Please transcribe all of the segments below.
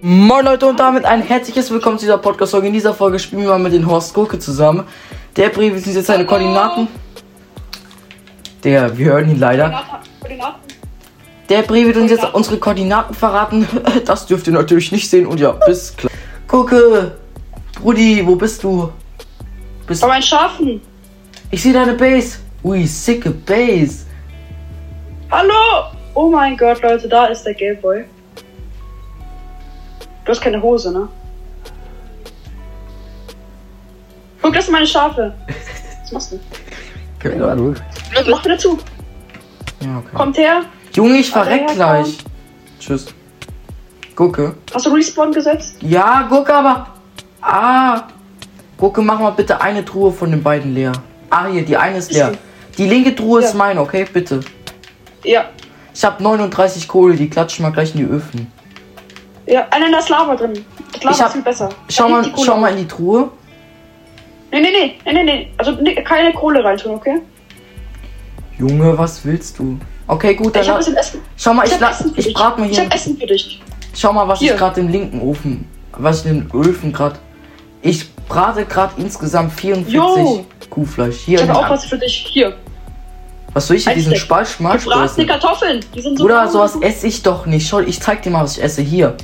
Moin Leute und damit ein herzliches Willkommen zu dieser Podcast-Folge. In dieser Folge spielen wir mal mit den Horst Gurke zusammen. Der Brief ist jetzt seine Koordinaten. Der, wir hören ihn leider. Der Brief wird uns jetzt unsere Koordinaten verraten. Das dürft ihr natürlich nicht sehen und ja, bis klar. Gurke, Brudi, wo bist du? Bist Bei meinen Schafen. Ich sehe deine Base. Ui, sicke Base. Hallo! Oh mein Gott, Leute, da ist der Gameboy. Du hast keine Hose, ne? Guck, das sind meine Schafe. Was machst du? Okay, Leute. Mach wieder zu. Ja, okay. Kommt her. Junge, ich verreck Alter, ja, komm. gleich. Tschüss. Gurke. Hast du Respawn gesetzt? Ja, Gurke, aber. Ah. Gurke, mach mal bitte eine Truhe von den beiden leer. Ah, hier, die eine ist leer. Die linke Truhe Ja. ist meine, okay? Bitte. Ja. Ich habe 39 Kohle, die klatschen mal gleich in die Öfen. Ja, nein, nein, da ist Lava drin. Das Lava Ich hab- ist viel besser. Da Schau liegt mal, die Kohle. schau mal in die Truhe. Nee, nee, nee, nee, nee, nee. Also nee, keine Kohle reintun, okay? Junge, was willst du? Okay, gut, dann. ich hab la- ein bisschen Essen. Schau mal, ich, hab la- Essen für ich dich. brat mal Ich hier. hab Essen für dich. Schau mal, was Hier. ich gerade im linken Ofen. Was ich in den Öfen gerade. Ich brate gerade insgesamt 44 Jo. Kuhfleisch. Hier, Ich hab in den- auch was für dich. Hier. was soll ich hier Ein diesen Steak. Spalsch Gebratene Kartoffeln. Die sind so Bruder, warm. sowas esse ich doch nicht. Schau, ich zeig dir mal, was ich esse. Hier.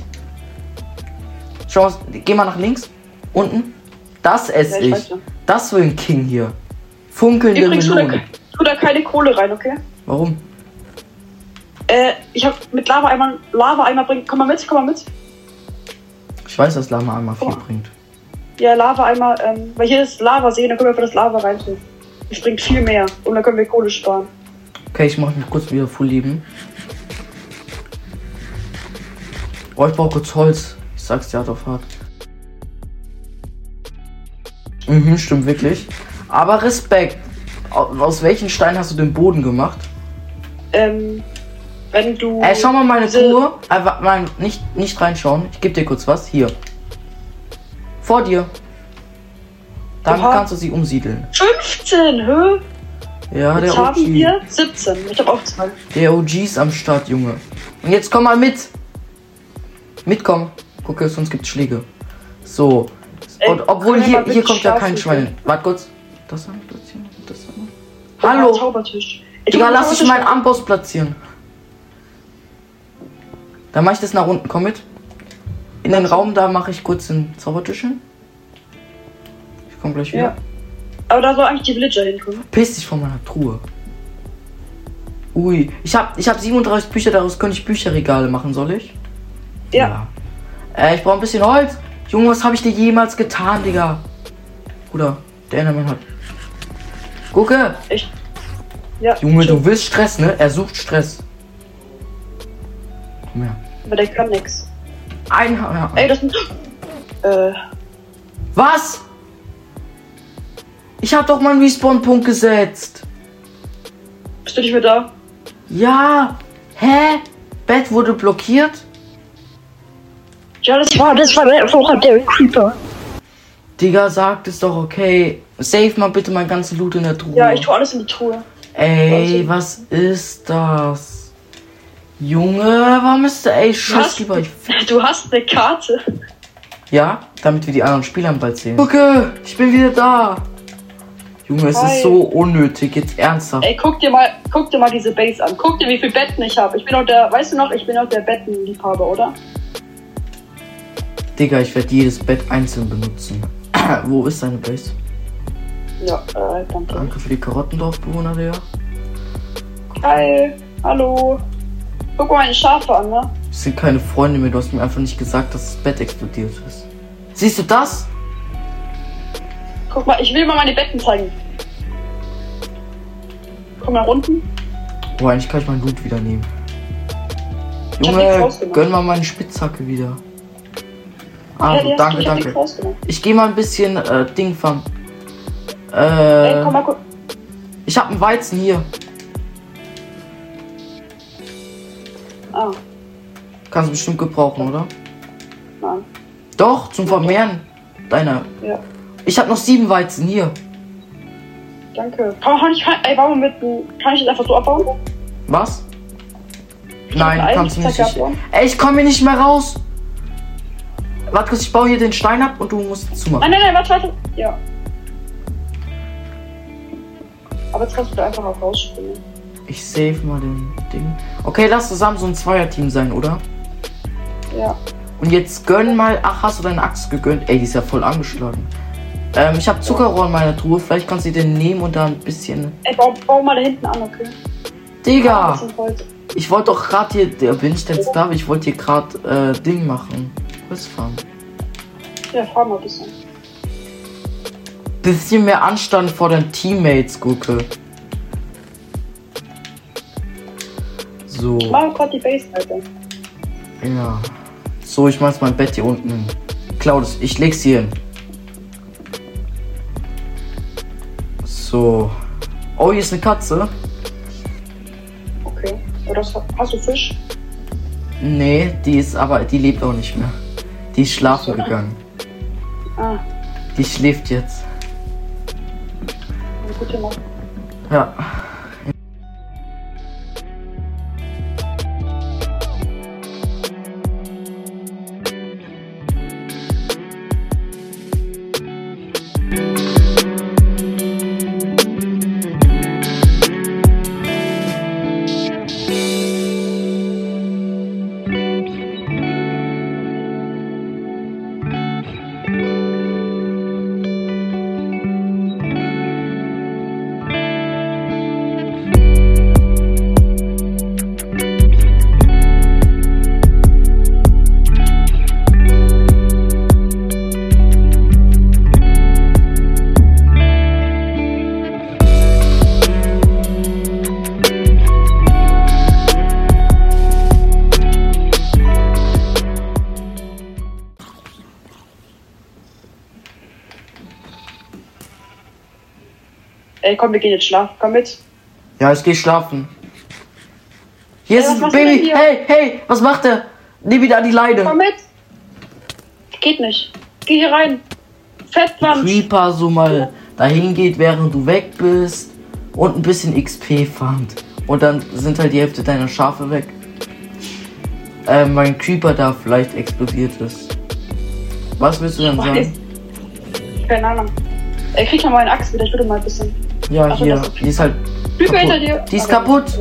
Schau mal, geh mal nach links. Unten. Das Ja, esse ich weiß ich. ja. Das will ein King hier. Funkelnde Übrigens, tu da, Melonen. tu da keine Kohle rein, okay? Warum? Äh, ich hab mit Lava einmal Lava einmal bringen. Komm mal mit, komm mal mit. Ich weiß, dass Lama einmal viel Oh. bringt. Ja, Lava einmal, ähm, weil hier ist Lava sehen, dann können wir einfach das Lava rein tun. Das bringt viel mehr und dann können wir Kohle sparen. Okay, ich mach mich kurz wieder voll leben. Oh, ich brauch kurz Holz. Ich sag's dir hart auf hart. Mhm, stimmt wirklich. Aber Respekt. Au- Aus welchen Steinen hast du den Boden gemacht? Ähm, wenn du. Ey, schau Äh, mal meine diese- Truhe. Einfach mal nicht, nicht reinschauen. Ich gebe dir kurz was. Hier. Vor dir. Damit Oha. kannst du sie umsiedeln. 15, hä? Ja, Jetzt der OG. haben wir 17. Ich hab auch zwei. Der OG ist am Start, Junge. Und jetzt komm mal mit. Mitkommen. Gucke, sonst gibt's Schläge. So. Ey, Und obwohl können wir mal hier, bitte hier kommt ja schlafen kein gehen? Schwein. Warte kurz. Das haben wir platzieren. Das haben wir. Hallo. Zaubertisch. Ey, Digga, du, lass dich Zaubertisch- meinen Amboss platzieren. Dann mach ich das nach unten. Komm mit. In den Raum, da mache ich kurz den Zaubertisch hin. Ich komm gleich wieder. Ja. Aber da soll eigentlich die Villager hinkommen. Piss dich von meiner Truhe. Ui, ich hab, ich hab 37 Bücher, daraus könnte ich Bücherregale machen, soll ich? Ja. Ja. Äh, ich brauche ein bisschen Holz. Junge, was habe ich dir jemals getan, Digga? Bruder, der Enderman hat. Gucke, Ich. Ja. Junge, stimmt. du willst Stress, ne? Er sucht Stress. Komm her. Aber der kann nix. Ein ja. Ey, das. Äh. Was? Ich hab doch meinen Respawn-Punkt gesetzt. Bist du nicht mehr da? Ja. Hä? Bett wurde blockiert? Ja, das Boah, das war einfach der Creeper. Digga, sagt es doch, okay. Save mal bitte meinen ganzen Loot in der Truhe. Ja, ich tue alles in die Truhe. Ey, was ist das? Junge, warum ist der. Ey, Was? scheiß lieber. Ich Du hast eine Karte. Ja, damit wir die anderen Spieler am Ball sehen. Gucke, ich bin wieder da. Junge, es ist Hi. so unnötig, jetzt ernsthaft. Ey, guck dir mal, guck dir mal diese Base an. Guck dir, wie viele Betten ich habe. Ich bin auch der, weißt du noch, ich bin auch der Bettenliebhaber, oder? Digga, ich werde jedes Bett einzeln benutzen. Wo ist deine Base? Ja, äh, danke. Danke für die Karottendorfbewohner, Digga. Hi, hallo. Guck mal meine Schafe an, ne? Es sind keine Freunde mehr, du hast mir einfach nicht gesagt, dass das Bett explodiert ist. Siehst du das? Guck mal, ich will mal meine Betten zeigen. Komm mal unten. Boah, eigentlich kann ich meinen Loot wieder nehmen. Ich hab nichts Junge, rausgemacht. gönn mal meine Spitzhacke wieder. Ja, Also, die hast du- danke, ich hab die danke. rausgenommen. Ich gehe mal ein bisschen äh, Ding fangen. Ey, Äh, komm mal, guck. ich hab einen Weizen hier. Ah, Kannst du bestimmt gebrauchen, oder? nein. Doch, zum Vermehren deiner. Ja, Ich hab noch sieben Weizen hier. danke. Komm, kann ich, kann, ey, warum mit, kann ich das einfach so abbauen? Was? hab Nein, eine kannst du nicht. Spitzhacke Ich, abbauen. ey, ich komme hier nicht mehr raus. Warte kurz, ich baue hier den Stein ab und du musst Oh Nein, zumachen. nein, nein, warte, warte. Ja. Aber jetzt kannst du da einfach mal rausspringen. Ich save mal den Ding. Okay, lass zusammen so ein Zweierteam sein, oder? Ja. Und jetzt gönn mal. Ach, hast du deine Axt gegönnt? Ey, die ist ja voll angeschlagen. Ähm, ich habe Zuckerrohr in meiner Truhe. Vielleicht kannst du den nehmen und da ein bisschen. Ey, bau, bau mal da hinten an, okay? Digga! Das sind Holz. Ich wollte doch gerade hier, ja, bin ich denn jetzt da? Ich wollte hier gerade äh, Ding machen. Quizfarm. Ja, fahr mal ein bisschen. Bisschen mehr Anstand vor den Teammates, Gucke. So, Mario Kart die Base, Alter. ja. So, ich mach jetzt mein Bett hier unten. hin. Claudius, ich leg's hier hin. So. Oh, hier ist eine Katze. Okay. Ja, das, hast du Fisch? Nee, die ist aber, die lebt auch nicht mehr. Die ist schlafen gegangen. Ah, Die schläft jetzt. eine gute Nacht. Ja. Ey, komm, wir gehen jetzt schlafen. Komm mit. Ja, ich geh schlafen. Hier Ey, was ist ein machst du Baby. denn hier? Hey, hey, was macht er? Nimm wieder an die Komm Leine. mit. Geht nicht. Geh hier rein. Fettwand. Creeper so mal dahin geht, während du weg bist. Und ein bisschen XP farmt. Und dann sind halt die Hälfte deiner Schafe weg. Ähm, weil ein Creeper da vielleicht explodiert ist. Was willst du denn Weiß. sagen? Keine Ahnung. Ey, krieg doch mal eine Axt wieder. Ich würde mal ein bisschen. Ja, Ach so, hier. Also das ist- Die ist halt. Lüge hinter dir. Also- Kaputt. Die ist Aber- kaputt.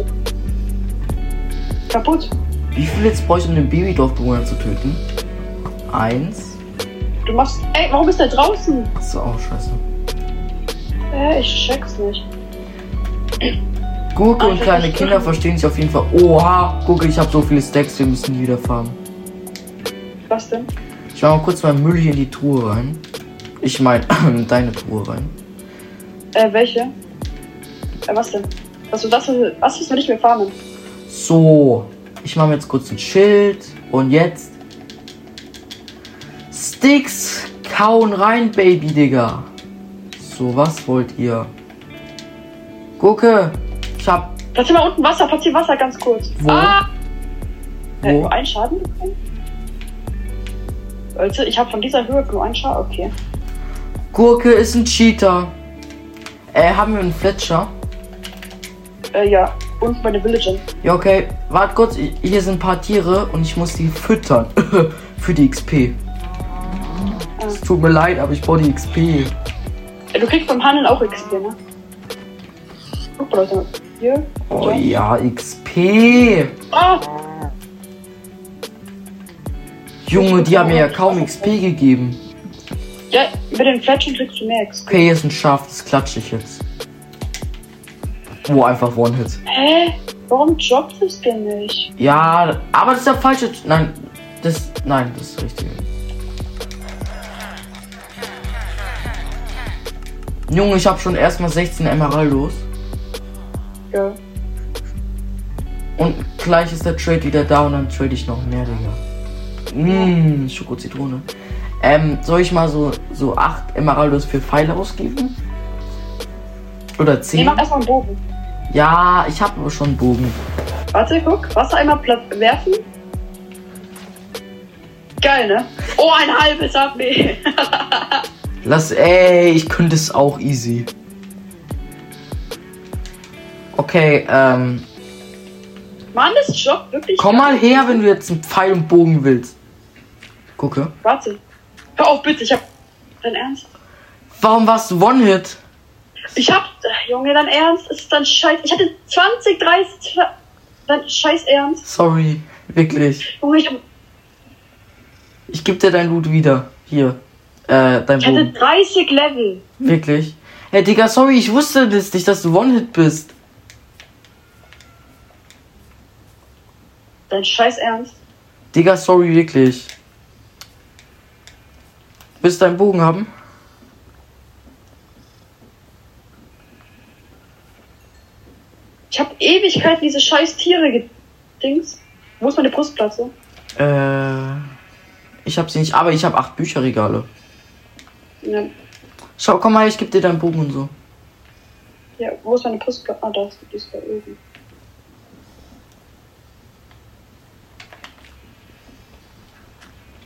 Kaputt? Wie viel jetzt brauche ich, um den Babydorfbewohner zu töten? Eins. Du machst. Ey, warum ist der draußen? Das ist auch scheiße. Äh, ich check's nicht. Gurke Ah, und das kleine ist Kinder schlimm. verstehen sich auf jeden Fall. Oha, Gurke, ich habe so viele Stacks, wir müssen die wieder farmen. Was denn? Ich mach mal kurz meinen Müll hier in die Truhe rein. Ich meine, deine Truhe rein. Äh, welche? Äh, was denn? Was, was, was müssen wir nicht mehr farmen? So, ich mache mir jetzt kurz ein Schild. Und jetzt. Sticks kauen rein, Baby, Digga. So, was wollt ihr? Gurke, ich hab. Platzier mal unten Wasser, platzier Wasser ganz kurz. Wo? Ah! Äh, Wo? nur einen Schaden bekommen? Leute, ich habe von dieser Höhe nur einen Schaden. Okay. Gurke ist ein Cheater. Äh, haben wir einen Fletscher? Äh, ja. Und meine Villager. Ja, okay. Warte kurz, ich- hier sind ein paar Tiere und ich muss die füttern. Für die XP. Es tut mir leid, aber ich brauche die XP. Äh, du kriegst beim Handeln auch XP, ne? Guck mal, Leute. Hier. Oh ja, XP. Ah! Junge, die haben mir ja kaum XP gegeben. Ja, über den Fletchen kriegst du mehr XP. Okay, hier ist ein Schaf, das klatsche ich jetzt. Oh, einfach One-Hit. Hä? Warum droppt es denn nicht? Ja, aber das ist der falsche. Nein, das. Nein, das ist richtig. Junge, ich habe schon erstmal 16 Emeraldos. Ja. Und gleich ist der Trade wieder da und dann trade ich noch mehr, Digga. Mmm, Schokozitrone. Ähm, soll ich mal so, so 8 Emeraldos für Pfeile ausgeben? Oder Nee, 10? mach erstmal einen Bogen. Ja, ich habe aber schon einen Bogen. Warte, guck. Wasser einmal platt werfen. Geil, ne? Oh, ein halbes HP. Lass, ey, ich könnte es auch easy. Okay, ähm, Mann, das droppt wirklich. komm mal her, wenn du jetzt einen Pfeil und Bogen willst. Gucke. Warte. Hör auf, bitte, ich hab. Dein Ernst? Warum warst du One-Hit? Ich hab. Ach, Junge, dein Ernst? Ist dann scheiß. Ich hatte 20, 30. Tla- Dein scheiß Ernst? Sorry, wirklich. Junge, ich, Ich geb dir dein Loot wieder. Hier. Äh, dein ich hatte Bogen. 30 Level. Wirklich. Hey, Digga, sorry, ich wusste das nicht, dass du One-Hit bist. Dein scheiß Ernst? Digga, sorry, wirklich. Willst du deinen Bogen haben? Ich hab Ewigkeiten diese scheiß Tiere ge. Dings. Wo ist meine Brustplatte? Äh. Ich hab sie nicht, aber ich hab acht Bücherregale. Ja. Schau, komm mal, ich geb dir deinen Bogen und so. ja, wo ist meine Brustplatte? Ah, da ist die ist da oben.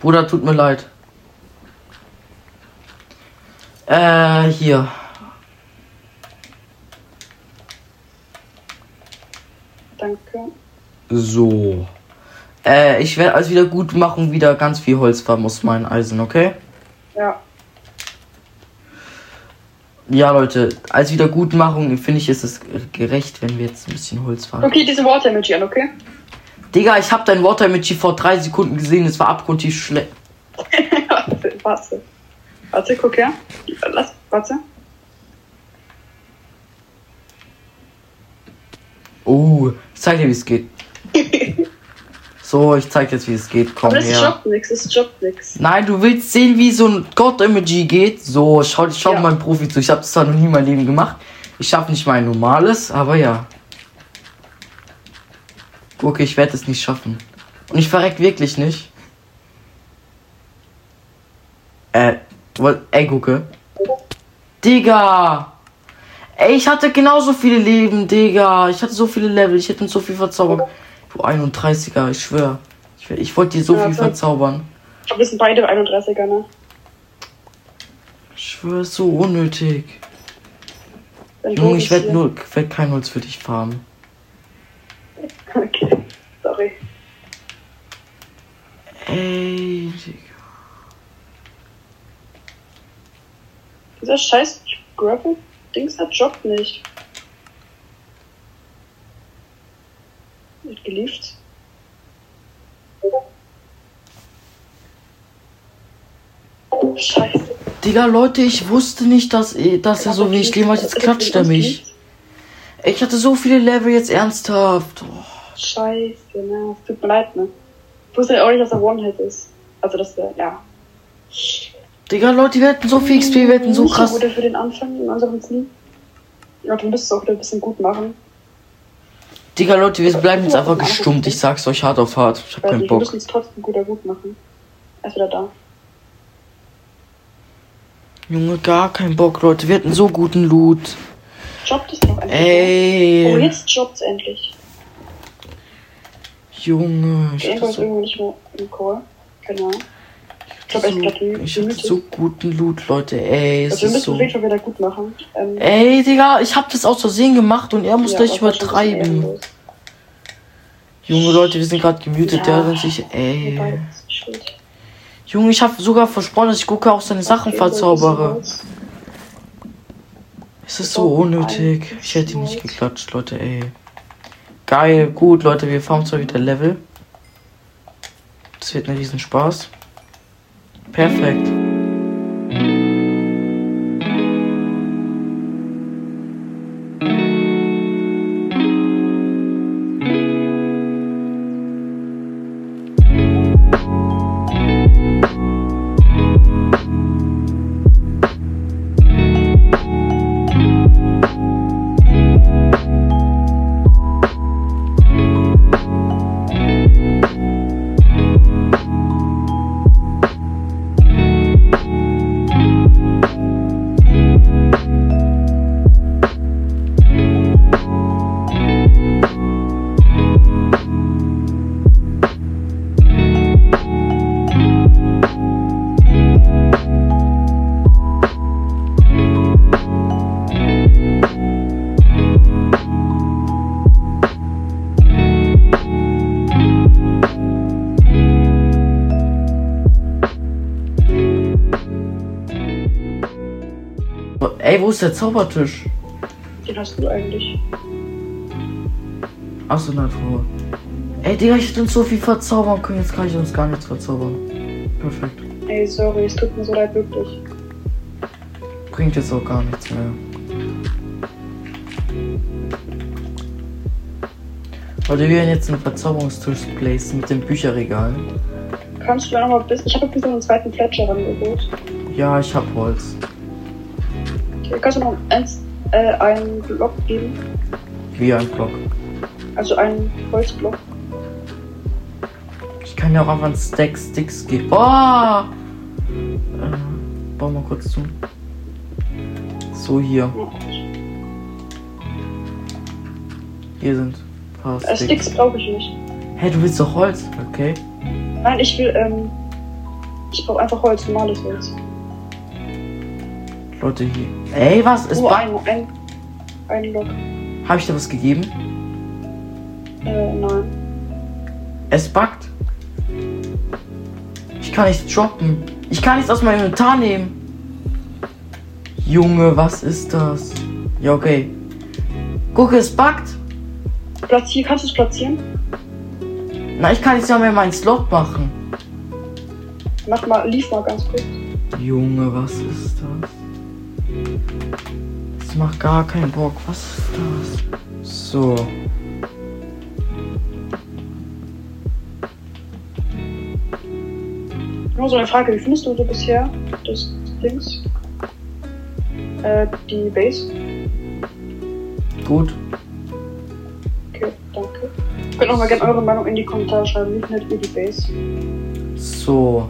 Bruder, tut mir leid. Äh, hier. Danke. So. Äh, ich werde als Wiedergutmachung wieder ganz viel Holz farmen aus meinen Eisen, okay? Ja. Ja, Leute, als Wiedergutmachung finde ich, ist es gerecht, wenn wir jetzt ein bisschen Holz farmen. Okay, diese Water Emoji an, okay? Digga, ich habe dein Water Emoji vor drei Sekunden gesehen, es war abgrundtief schlecht. warte, warte. Warte, guck her. Lass, warte. Oh, ich zeig dir, wie es geht. so, ich zeig jetzt, wie es geht. Komm Aber das her. jobbt nix, das jobbt nix. Nein, du willst sehen, wie so ein Gott-Emoji geht. So, schau, ich schau Ja. mal ein Profi zu. Ich habe das zwar noch nie in meinem Leben gemacht. Ich schaffe nicht mein normales, aber ja. Guck, ich werde es nicht schaffen. Und ich verreck wirklich nicht. Äh, woll- ey, gucke. Digga! Ey, ich hatte genauso viele Leben, Digga. Ich hatte so viele Level, ich hätte uns so viel verzaubert. Du 31er, ich schwör. Ich, wär- ich wollte dir so Ja, viel voll. verzaubern. Ich glaube, wir sind beide 31er, ne? Ich schwöre, ist so unnötig. Dann Junge, Bogen ich ist werde hier. nur werd kein Holz für dich farmen. Okay, sorry. Ey, Digga. Dieser scheiß Grapple-Dings hat jobbt nicht. Wird geliefert. Scheiße. Digga, Leute, ich wusste nicht, dass, eh- dass er so wenig Leben hat. Jetzt Also, klatscht er mich. Ey, Ich hatte so viele Level jetzt ernsthaft. Oh, Scheiße, ne? Es tut mir leid, ne? Ich wusste ja auch nicht, dass er One-Hit ist. Also, dass der, ja. Digga, Leute, wir hätten so viel XP, wir hätten so Nicht krass. So gut für den Anfang in unserem Team. Ja, du müsstest auch wieder ein bisschen gut machen. Digga, Leute, wir bleiben jetzt einfach gestummt. Ich sag's euch hart auf hart. Ich hab Weil keinen wir müssen Bock. es trotzdem guter gut machen. Er ist wieder da. Junge, gar keinen Bock, Leute. Wir hätten so guten Loot. Jobbt es doch endlich. Oh, Ey. jetzt jobbt es endlich. Junge, ich Der hatte Ingo ist so, irgendwo nicht mehr im Chor. Genau. Ich ich glaube, er hatte ist gerade so, ich hatte gemütlich. so guten Loot, Leute. Ey, es also, wir ist müssen so. es wirklich wieder gut machen. Ähm, Ey, Digga, ich hab das aus Versehen gemacht und er muss ja, gleich aber es war schon ein bisschen übertreiben. ehrenlos. Junge Leute, wir sind gerade gemütet, Ja. der hat uns sich. Wir beide Ey. sind schuld. Junge, ich hab sogar versprochen, dass ich Gucke auch seine Sachen Okay, wir verzaubere. müssen raus. Es ist wir so brauchen unnötig. einen Ich hätte ihn nicht Scheiß. geklatscht, Leute, ey. Geil, gut, Leute, wir fahren zwar wieder Level. Das wird ein Riesenspaß. Perfekt. Ey, wo ist der Zaubertisch? Den hast du eigentlich. Achso, Natur. Ey, Digga, ich hätte uns so viel verzaubern können. Jetzt kann ich uns gar nichts verzaubern. Perfekt. Ey, sorry, es tut mir so leid, wirklich. Bringt jetzt auch gar nichts mehr. Leute, wir werden jetzt einen Verzauberungstisch placen mit dem Bücherregal. Kannst du mir nochmal bis. Ich habe ein bisschen einen zweiten Fletcher rangeholt. Ja, ich hab Holz. Okay, kannst du noch eins, äh, einen Block geben? Wie ein Block. Also einen Holzblock. Ich kann ja auch einfach einen Stack Sticks geben. Oh! Äh, bau mal kurz zu. So, hier. Äh, Hier sind ein paar Äh, Sticks. Sticks brauche ich nicht. Hey, du willst doch Holz? Okay. Nein, ich will, ähm. Ich brauche einfach Holz, normales Holz. Leute, hier. Ey, was? Ist Nur ba- ein, ein, ein Block. Hab ich dir was gegeben? Äh, nein. Es backt. Ich kann nichts droppen. Ich kann nichts aus meinem Inventar nehmen. Junge, was ist das? Ja, okay. Guck, es backt. Platzier, kannst du es platzieren? Na, ich kann jetzt ja mehr meinen Slot machen. Mach mal, lief mal ganz kurz. Junge, was ist das? Das macht gar keinen Bock. Was ist das? So. Nur so eine Frage, wie findest du so bisher das Dings? Äh, die Base? Gut. Okay, danke. Ihr könnt auch mal gerne eure Meinung in die Kommentare schreiben, wie findet ihr die Base? So.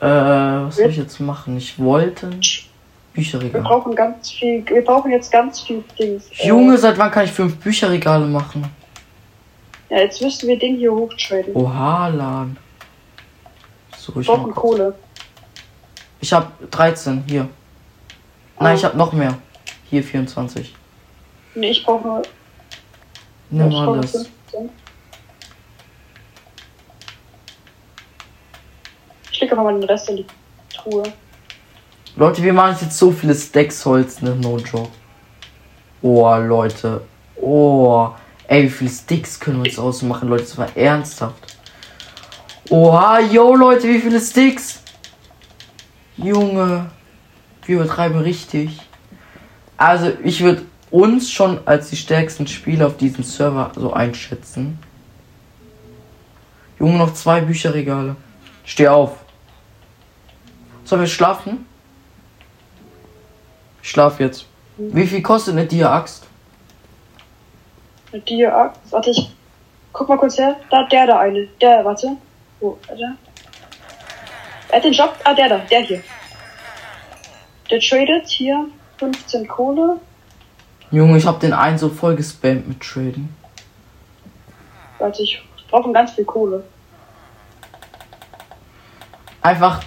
Äh, was soll ich jetzt machen? Ich wollte. Wir Bücherregal. brauchen ganz viel, wir brauchen jetzt ganz viel Dings. Äh, Junge, seit wann kann ich fünf Bücherregale machen? Ja, jetzt müssten wir den hier hochtraden. Oha, Lan. So, wir Oh, ich brauchen mach. Kohle. Ich hab 13, hier. Nein, ich hab noch mehr. Hier 24. Nee, ich brauche nur. Nimm ich brauche alles. 15. Ich leg einfach mal den Rest in die Truhe. Leute, wir machen jetzt so viele Stacks Holz, ne? No joke. Oh, Leute. Oh. Ey, wie viele Sticks können wir uns ausmachen, Leute? Das war ernsthaft. Oha, yo, Leute, wie viele Sticks? Junge. Wir übertreiben richtig. Also, ich würde uns schon als die stärksten Spieler auf diesem Server so einschätzen. Junge, noch zwei Bücherregale. Steh auf. Sollen wir schlafen? Ich schlaf jetzt. Wie viel kostet eine dir Axt? Mit dir ab. Warte, ich. Guck mal kurz her. Da, der da eine. Der, warte. Wo? Der? Er hat den Job. Ah, der da. Der hier. Der tradet hier 15 Kohle. Junge, ich hab den einen so voll gespammt mit Traden. Warte, ich brauche ganz viel Kohle. Einfach.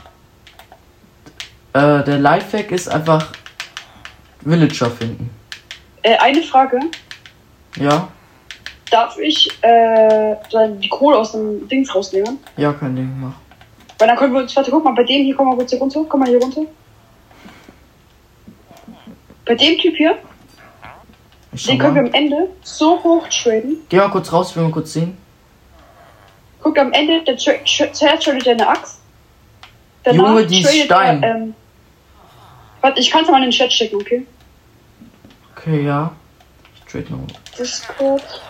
Äh, der Lifehack ist einfach Villager finden. Äh, eine Frage. Ja? Darf ich äh, dann die Kohle aus dem Dings rausnehmen? Ja, kein Ding, mach. Weil dann können wir uns. Warte, guck mal, bei dem hier, komm mal kurz hier runter. Komm mal hier runter. Bei dem Typ hier, Ich schau den können wir mal. am Ende so hoch traden. Geh mal kurz raus, ich will mal kurz sehen. Guck, am Ende, der tra- tra- zuerst tradet er eine Axt. Junge, die ist tradet er, Stein. ähm, warte, ich kann es mal in den Chat schicken, okay? Okay, ja. Ich trade noch. Discord.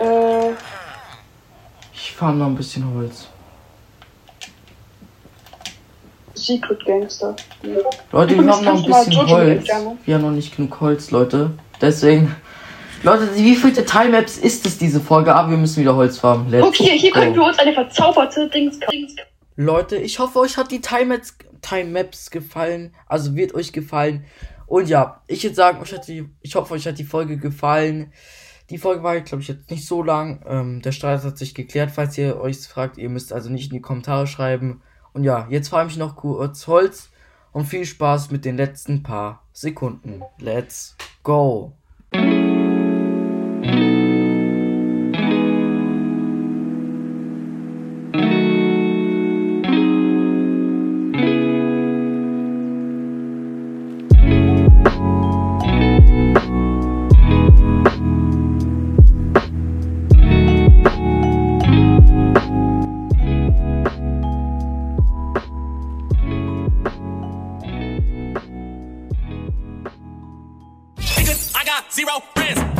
Äh, Ich farm noch ein bisschen Holz. Secret Gangster. Leute, wir Übrigens haben noch ein kannst du mal bisschen Jojo ne? Holz. gerne. Wir haben noch nicht genug Holz, Leute. Deswegen. Leute, wie viel Time-Maps ist es diese Folge? Aber wir müssen wieder Holz farmen. Let's Guck, hier, hier go. können wir uns eine verzauberte Dings. Dings Leute, ich hoffe, euch hat die Time Maps, Time Maps gefallen. Also wird euch gefallen. Und ja, ich würde sagen, euch hat die, ich hoffe, euch hat die Folge gefallen. Die Folge war, glaube ich, jetzt nicht so lang. Ähm, der Streit hat sich geklärt, falls ihr euch fragt. Ihr müsst also nicht in die Kommentare schreiben. Und ja, jetzt fahre ich noch kurz Holz. Und viel Spaß mit den letzten paar Sekunden. Let's go. got zero friends.